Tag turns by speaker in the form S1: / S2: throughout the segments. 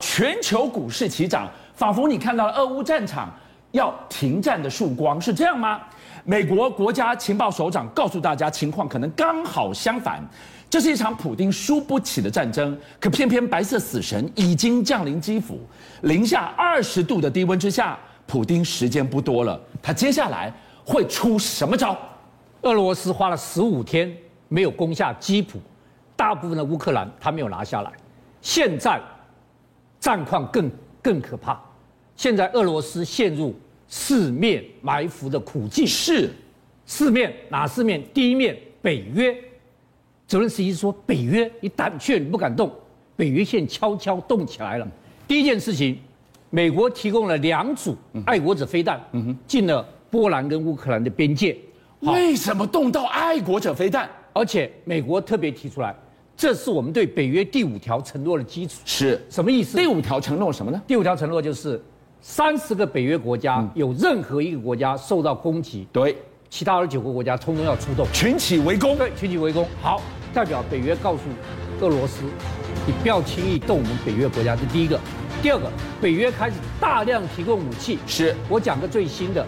S1: 全球股市齐涨，仿佛你看到了俄乌战场要停战的曙光，是这样吗？美国国家情报首长告诉大家，情况可能刚好相反。这是一场普丁输不起的战争，可偏偏白色死神已经降临基辅，零下二十度的低温之下，普丁时间不多了，他接下来会出什么招？
S2: 俄罗斯花了十五天没有攻下基辅，大部分的乌克兰他没有拿下来，现在战况更更可怕，现在俄罗斯陷入四面埋伏的苦境。
S1: 是，
S2: 四面哪四面？第一面北约，泽连斯基说北约你胆怯，你不敢动，北约现在悄悄动起来了。第一件事情，美国提供了两组爱国者飞弹，进了波兰跟乌克兰的边界。好
S1: 嗯为什么动到爱国者飞弹？
S2: 而且美国特别提出来，这是我们对北约第五条承诺的基础。
S1: 是
S2: 什么意思？
S1: 第五条承诺什么呢？
S2: 第五条承诺就是，三十个北约国家、有任何一个国家受到攻击，
S1: 对，
S2: 其他二十九个国家通通要出动，
S1: 群起围攻。
S2: 对，群起围攻。好，代表北约告诉俄罗斯，你不要轻易动我们北约国家。这第一个，第二个，北约开始大量提供武器。
S1: 是
S2: 我讲个最新的，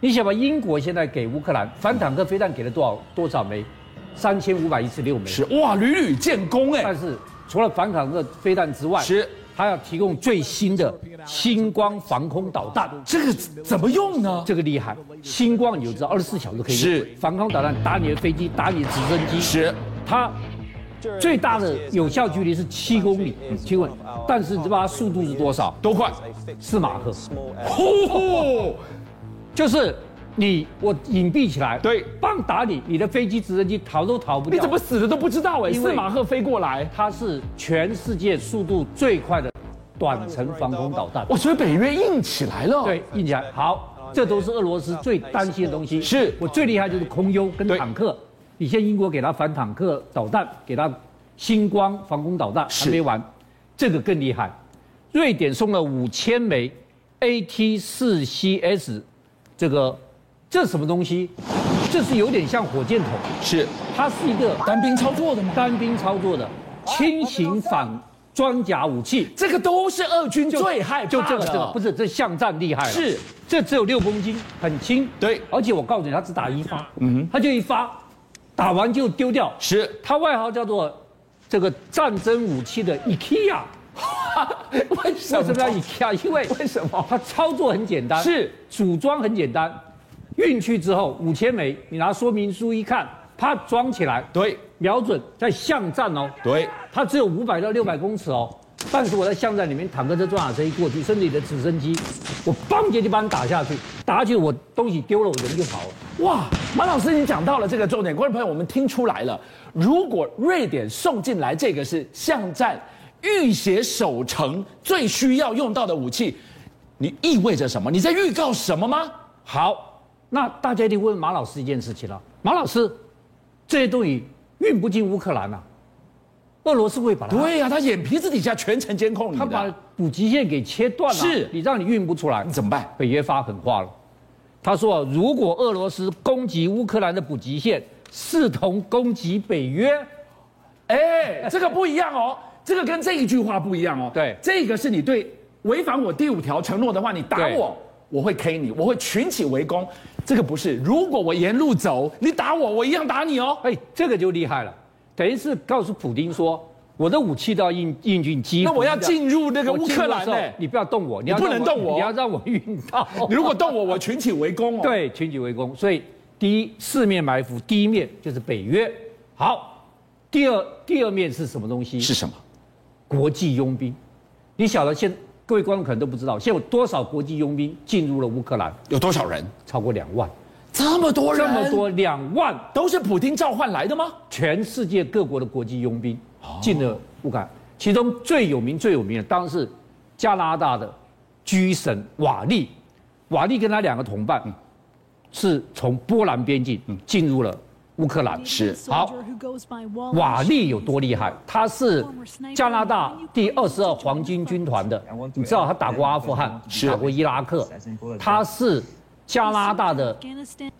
S2: 你想吧，英国现在给乌克兰反坦克飞弹给了多少多少枚？三千五百一十六枚。
S1: 是，哇，屡屡建功哎
S2: 但。是除了反坦克飞弹之外，
S1: 是
S2: 它要提供最新的星光防空导弹。
S1: 这个怎么用呢？
S2: 这个厉害，星光你就知道，二十四小时都可以用
S1: 是
S2: 防空导弹打你的飞机，打你的直升机。
S1: 是
S2: 它最大的有效距离是七公里，七公里，但是你知道它速度是多少？
S1: 多快？
S2: 四马赫，
S1: 哦，
S2: 就是你我隐蔽起来，
S1: 对
S2: 棒打你，你的飞机、直升机逃都逃不掉。
S1: 你怎么死的都不知道哎？
S2: 因为
S1: 四马赫飞过来，
S2: 它是全世界速度最快的短程防空导弹。
S1: 哇，所以北约硬起来了。
S2: 对，硬起来。好，这都是俄罗斯最担心的东西。
S1: 是
S2: 我最厉害就是空优跟
S1: 对
S2: 坦克。你现在英国给他反坦克导弹，给他星光防空导弹，
S1: 是
S2: 还没完，这个更厉害。瑞典送了五千枚 AT 四 CS，这个这什么东西？这是有点像火箭筒，
S1: 是
S2: 它是一个
S1: 单兵操作的吗？
S2: 单兵操作的轻型反装甲武器。
S1: 这个都是俄军
S2: 就
S1: 最害怕的。
S2: 就这个这个不是这巷战厉害了，
S1: 是
S2: 这只有六公斤，很轻。
S1: 对
S2: 而且我告诉你，他只打一发，嗯，他就一发，打完就丢掉。
S1: 是
S2: 他外号叫做这个战争武器的 IKEA。
S1: 为什
S2: 为
S1: 么？
S2: 什么叫 IKEA？因为
S1: 为什么
S2: 它操作很简单，
S1: 是
S2: 组装很简单，运去之后五千枚，你拿说明书一看，啪装起来，
S1: 对
S2: 瞄准在巷战哦，
S1: 对，
S2: 它只有五百到六百公尺哦。但是我在巷战里面，坦克车、装甲车一过去，甚至你的直升机，我邦接就把你打下去，打下去我东西丢了，我人就跑了。
S1: 哇，马老师，你讲到了这个重点，观众朋友，我们听出来了。如果瑞典送进来这个是巷战浴血守城最需要用到的武器，你意味着什么？你在预告什么吗？
S2: 好，那大家一定问马老师一件事情了，马老师，这些东西运不进乌克兰啊，俄罗斯会把它
S1: 对呀、他眼皮子底下全程监控你
S2: 他把
S1: 的，
S2: 补给线给切断了，
S1: 是
S2: 你让你运不出来，
S1: 你怎么办？
S2: 北约发狠话了，他说如果俄罗斯攻击乌克兰的补给线，视同攻击北约。
S1: 哎，这个不一样哦，这个跟这一句话不一样哦。
S2: 对
S1: 这个是你对违反我第五条承诺的话，你打
S2: 对
S1: 我，我会 K 你，我会群起围攻。这个不是，如果我沿路走，你打我，我一样打你哦。
S2: 哎，这个就厉害了，等于是告诉普丁说，我的武器都要运运进基辅，
S1: 那我要
S2: 你知道
S1: 进入那个
S2: 我
S1: 乌
S2: 进
S1: 克
S2: 入的
S1: 兰
S2: 时
S1: 呢、
S2: 候你不要动我，你要
S1: 你不
S2: 让
S1: 能动我
S2: 你要让我运到。
S1: 你如果动我，我群起围攻哦。，
S2: 对，群起围攻。所以第一四面埋伏，第一面就是北约。好，第二第二面是什么东西？
S1: 是什么？
S2: 国际佣兵。你晓得现各位观众可能都不知道，现在有多少国际佣兵进入了乌克兰？
S1: 有多少人？
S2: 超过两万，
S1: 这么多
S2: 这
S1: 人，
S2: 么多两万，
S1: 都是普丁召唤来的吗？
S2: 全世界各国的国际佣兵进了乌克兰，其中最有名最有名的当然是加拿大的狙神瓦利，瓦利跟他两个同伴是从波兰边境进入了乌克兰。
S1: 是
S2: 好
S3: 好，
S2: 瓦
S3: 瓦
S2: 利
S3: 力
S2: 有
S3: 有
S2: 多
S3: 多
S2: 厉
S3: 厉
S2: 害
S3: 害？？
S2: 他是加拿大第二十二黄金军团的，你知道他打过阿富汗，打过伊拉克，他是加拿大的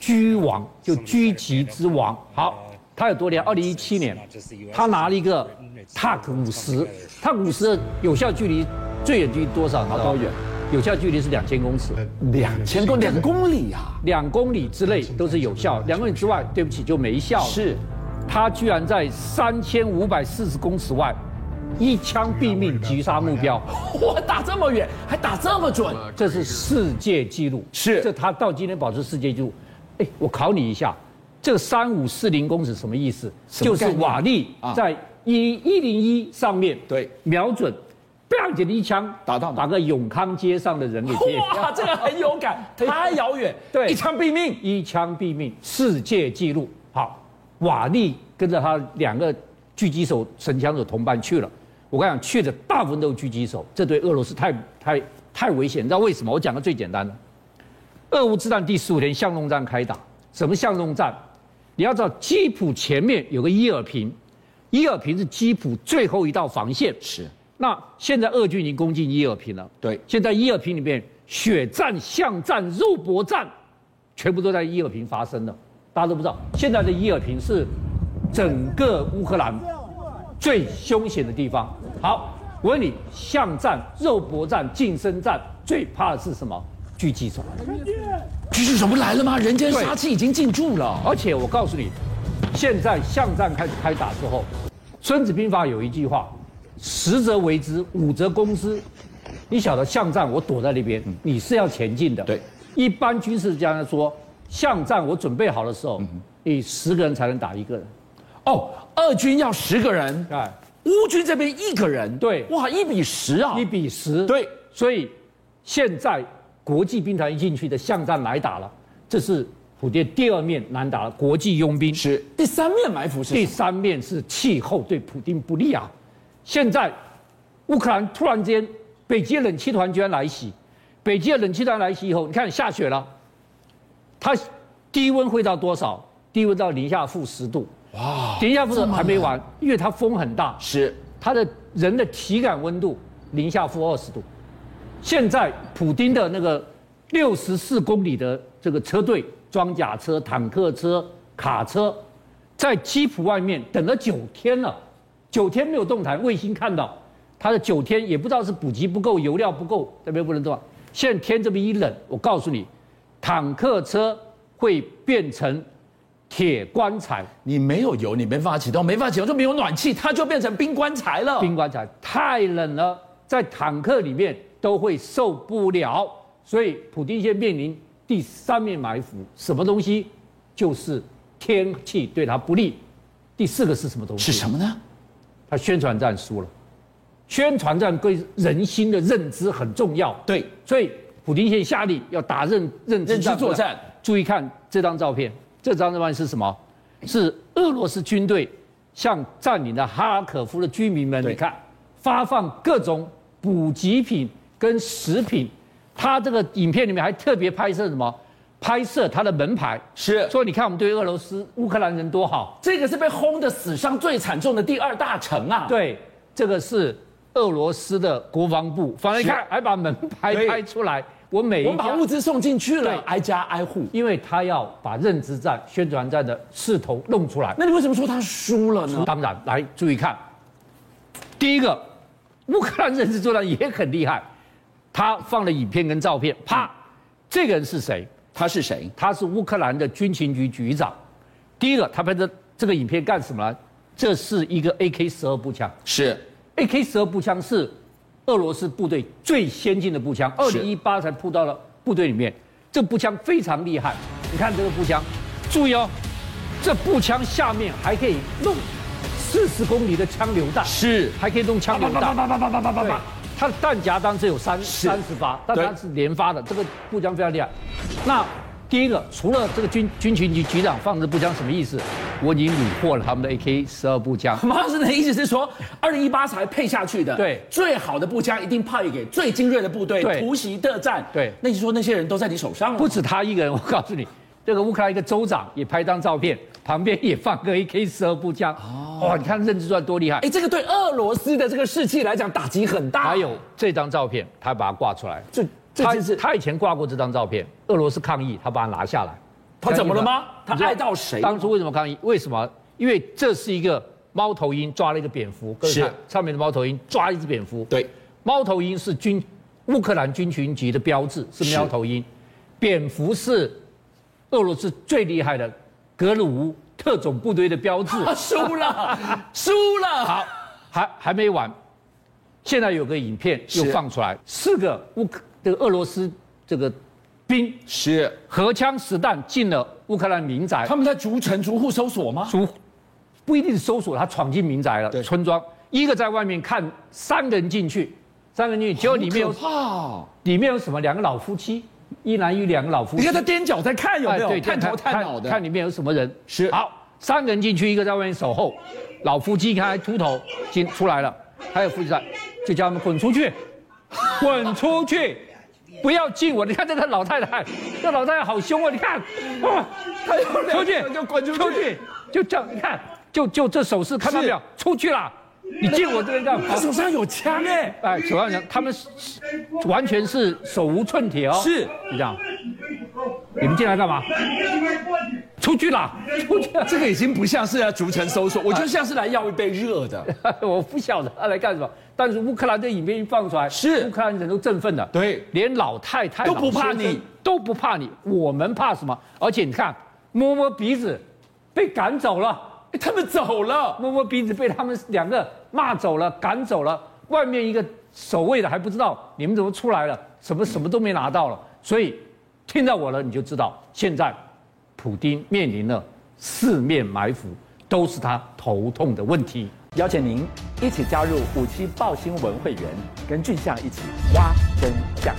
S2: 狙王，就狙击之王。好，他有多厉害？二零一七年，他拿了一个 TAK 五十，TAK 五十的有效距离最远距离多少？好
S1: 多远？
S2: 有效距离是两千公尺，
S1: 两千多两公里啊！
S2: 两公里之内都是有效，两公里之外，对不起就没效了。
S1: 是，
S2: 他居然在三千五百四十公尺外，一枪毙命击杀目标，
S1: 我打这么远，还打这么准，
S2: 这是世界纪录。
S1: 是
S2: 这他到今天保持世界纪录。哎，我考你一下，这个三五四零公尺什么意思？
S1: 什么
S2: 就
S1: 概
S2: 是
S1: 念
S2: 瓦力
S1: 啊
S2: 在一一零一上面，
S1: 对
S2: 瞄准，砰！就一枪
S1: 打到哪
S2: 打个永康街上的人给接。
S1: 哇，这个很勇敢，太遥远，
S2: 对
S1: 一枪毙命。
S2: 一枪毙命，世界纪录。好，瓦力跟着他两个狙击手、神枪手同伴去了。我跟你讲，去的大部分都是狙击手，这对俄罗斯太太太危险。你知道为什么？我讲个最简单的，俄乌之战第十五天巷弄战开打。什么巷弄战？你要知道，基辅前面有个伊尔平，伊尔平是基辅最后一道防线。
S1: 是，
S2: 那现在俄军已经攻进伊尔平了。
S1: 对
S2: 现在伊尔平里面血战、巷战、肉搏战，全部都在伊尔平发生的，大家都不知道。现在的伊尔平是整个乌克兰最凶险的地方。好，我问你，巷战、肉搏战、近身战，最怕的是什么？狙击手。
S1: 狙击手不来了吗？人间
S2: 对
S1: 杀气已经进驻了。
S2: 而且我告诉你，现在巷战开始开打之后，《孙子兵法》有一句话：“十则为之，五则攻之。”你晓得巷战，我躲在那边，你是要前进的。
S1: 嗯对，
S2: 一般军事家说，巷战我准备好的时
S1: 嗯
S2: 候，你十个人才能打一个人。
S1: 哦，俄军要十个人，
S2: 哎，
S1: 乌军这边一个人。
S2: 对
S1: 哇，一比十啊！
S2: 一比十。
S1: 对，
S2: 所以现在国际兵团一进去的巷战来打了，这是普甸第二面难打的国际佣兵。
S1: 十。第三面埋伏是
S2: 第
S1: 什么
S2: 三面是气候对普京不利啊。现在乌克兰突然之间，北极的冷气团居然来袭，北极的冷气团来袭以后，你看下雪了，它低温会到多少？低温到零下负十度，
S1: 哇，
S2: 零下负十
S1: 这
S2: 度
S1: 么
S2: 还没完，因为它风很大，
S1: 十
S2: 它的人的体感温度零下负二十度。现在普京的那个六十四公里的这个车队，装甲车、坦克车、卡车，在基辅外面等了九天了，九天没有动弹，卫星看到他的九天也不知道是补给不够、油料不够，这边不能动。啊现在天这么一冷，我告诉你，坦克车会变成铁棺材。
S1: 你没有油，你没办法启动，没办法启动就没有暖气，它就变成冰棺材了。
S2: 冰棺材太冷了，在坦克里面都会受不了，所以普京现在面临第三面埋伏，什么东西？就是天气对他不利。第四个是什么东西？
S1: 是什么呢？
S2: 他宣传战输了，宣传战对人心的认知很重要。
S1: 对，
S2: 所以普京现在下令要打认认知
S1: 认知
S2: 战
S1: 作战。
S2: 注意看这张照片，这张照片是什么？是俄罗斯军队向占领的哈尔可夫的居民们，
S1: 对
S2: 你看发放各种补给品跟食品。他这个影片里面还特别拍摄什么？拍摄他的门牌，
S1: 是
S2: 说你看我们对俄罗斯乌克兰人多好。
S1: 这个是被轰的死伤最惨重的第二大城啊。，
S2: 对，这个是俄罗斯的国防部，反正你看还把门牌
S1: 对
S2: 拍出来。我每一
S1: 我们把
S2: 家
S1: 物资送进去了
S2: 对，
S1: 挨家挨户。
S2: 因为他要把认知战、宣传战的势头弄出来。
S1: 那你为什么说他输了 呢？
S2: 当然，来注意看，第一个，乌克兰认知作战也很厉害，他放了影片跟照片，啪，这个人是谁？
S1: 他是谁？
S2: 他是乌克兰的军情局局长。第一个，他拍的这个影片干什么呢？这是一个 AK 十二步枪
S1: 是
S2: ，AK 十二步枪是俄罗斯部队最先进的步枪，二
S1: 是
S2: 零一八才铺到了部队里面。这步枪非常厉害，你看这个步枪，注意哦，这步枪下面还可以弄四十公里的枪榴弹，
S1: 是，
S2: 还可以弄枪榴弹。
S1: 叭叭叭叭叭叭
S2: 对，它的弹夹当时有三
S1: 是
S2: 三十发，但
S1: 对
S2: 它是连发的，这个步枪非常厉害。那第一个，除了这个军军情局局长放的步枪什么意思？我已经虏获了他们的 AK 十二步枪。
S1: 马老师的意思是说，二零一八才配下去的，
S2: 对
S1: 最好的步枪一定派给最精锐的部队
S2: 对
S1: 突袭特战，
S2: 对
S1: 那你说那些人都在你手上了，
S2: 不止他一个人，我告诉你，这个乌克兰一个州长也拍张照片，旁边也放个 AK 十二步枪。哦，你看认知战多厉害
S1: 哎，！这个对俄罗斯的这个士气来讲打击很大。
S2: 还有这张照片，他把它挂出来。
S1: 这这
S2: 哎他
S1: 就是
S2: 他以前挂过这张照片，俄罗斯抗议，他把它拿下来。
S1: 他怎么了吗？他
S2: 你知道
S1: 爱到谁？
S2: 当初为什么抗议？为什么？因为这是一个猫头鹰抓了一个蝙蝠，各位看
S1: 是
S2: 上面的猫头鹰抓一只蝙蝠，
S1: 对，
S2: 猫头鹰是军乌克兰军情局的标志，是
S1: 是
S2: 猫头鹰。蝙蝠是俄罗斯最厉害的格鲁乌特种部队的标志。
S1: 啊，输了，输了。好，
S2: 还还没完，现在有个影片又
S1: 是
S2: 放出来，四个乌克这个俄罗斯这个兵
S1: 是
S2: 荷枪实弹进了乌克兰民宅，
S1: 他们在逐城逐户搜索吗？
S2: 逐不一定是搜索，他闯进民宅
S1: 啊对
S2: 了，村庄一个在外面看，三个人进去，三个人进去，结果里面有
S1: 好可怕哦！
S2: 里面有什么？两个老夫妻，一男一女，两个老夫
S1: 你
S2: 妻
S1: 看，他踮脚在看有没
S2: 哎
S1: 有，
S2: 对
S1: 探头探脑
S2: 看
S1: 的。
S2: 里面有什么人。
S1: 是
S2: 好，三个人进去，一个在外面守候，老夫妻看还秃头进出来了，还有夫妻在，就叫他们滚出去，滚出去，不要进我。你看这个老太太，这老太太好凶哦，你看，哦，
S1: 他有两
S2: 出去
S1: 个人就滚出
S2: 出
S1: 去，
S2: 去，就这样，你看，就就这手势，看到没有？出去啦，你进我这边干嘛
S1: 他？手上有枪哎，
S2: 哎，手上讲，他们是完全是手无寸铁哦，
S1: 是
S2: 就这样。你们进来干嘛？出去啦！出去！啊
S1: 这个已经不像是啊要逐城搜索，我就像是来要一杯热的。
S2: 我不晓得他来干什么，但是乌克兰的影片一放出来，
S1: 是
S2: 乌克兰人都振奋了，
S1: 对
S2: 连老太太
S1: 都不怕，
S2: 老先生
S1: 你
S2: 都不怕你，我们怕什么？而且你看，摸摸鼻子，被赶走了。
S1: 哎他们走了，
S2: 摸摸鼻子被他们两个骂走了，赶走了。外面一个守卫的还不知道你们怎么出来了，什么什么都没拿到了。所以听到我了，你就知道现在普丁面临了四面埋伏，都是他头痛的问题。
S3: 邀请您一起加入五七报新闻会员，跟俊相一起挖真相。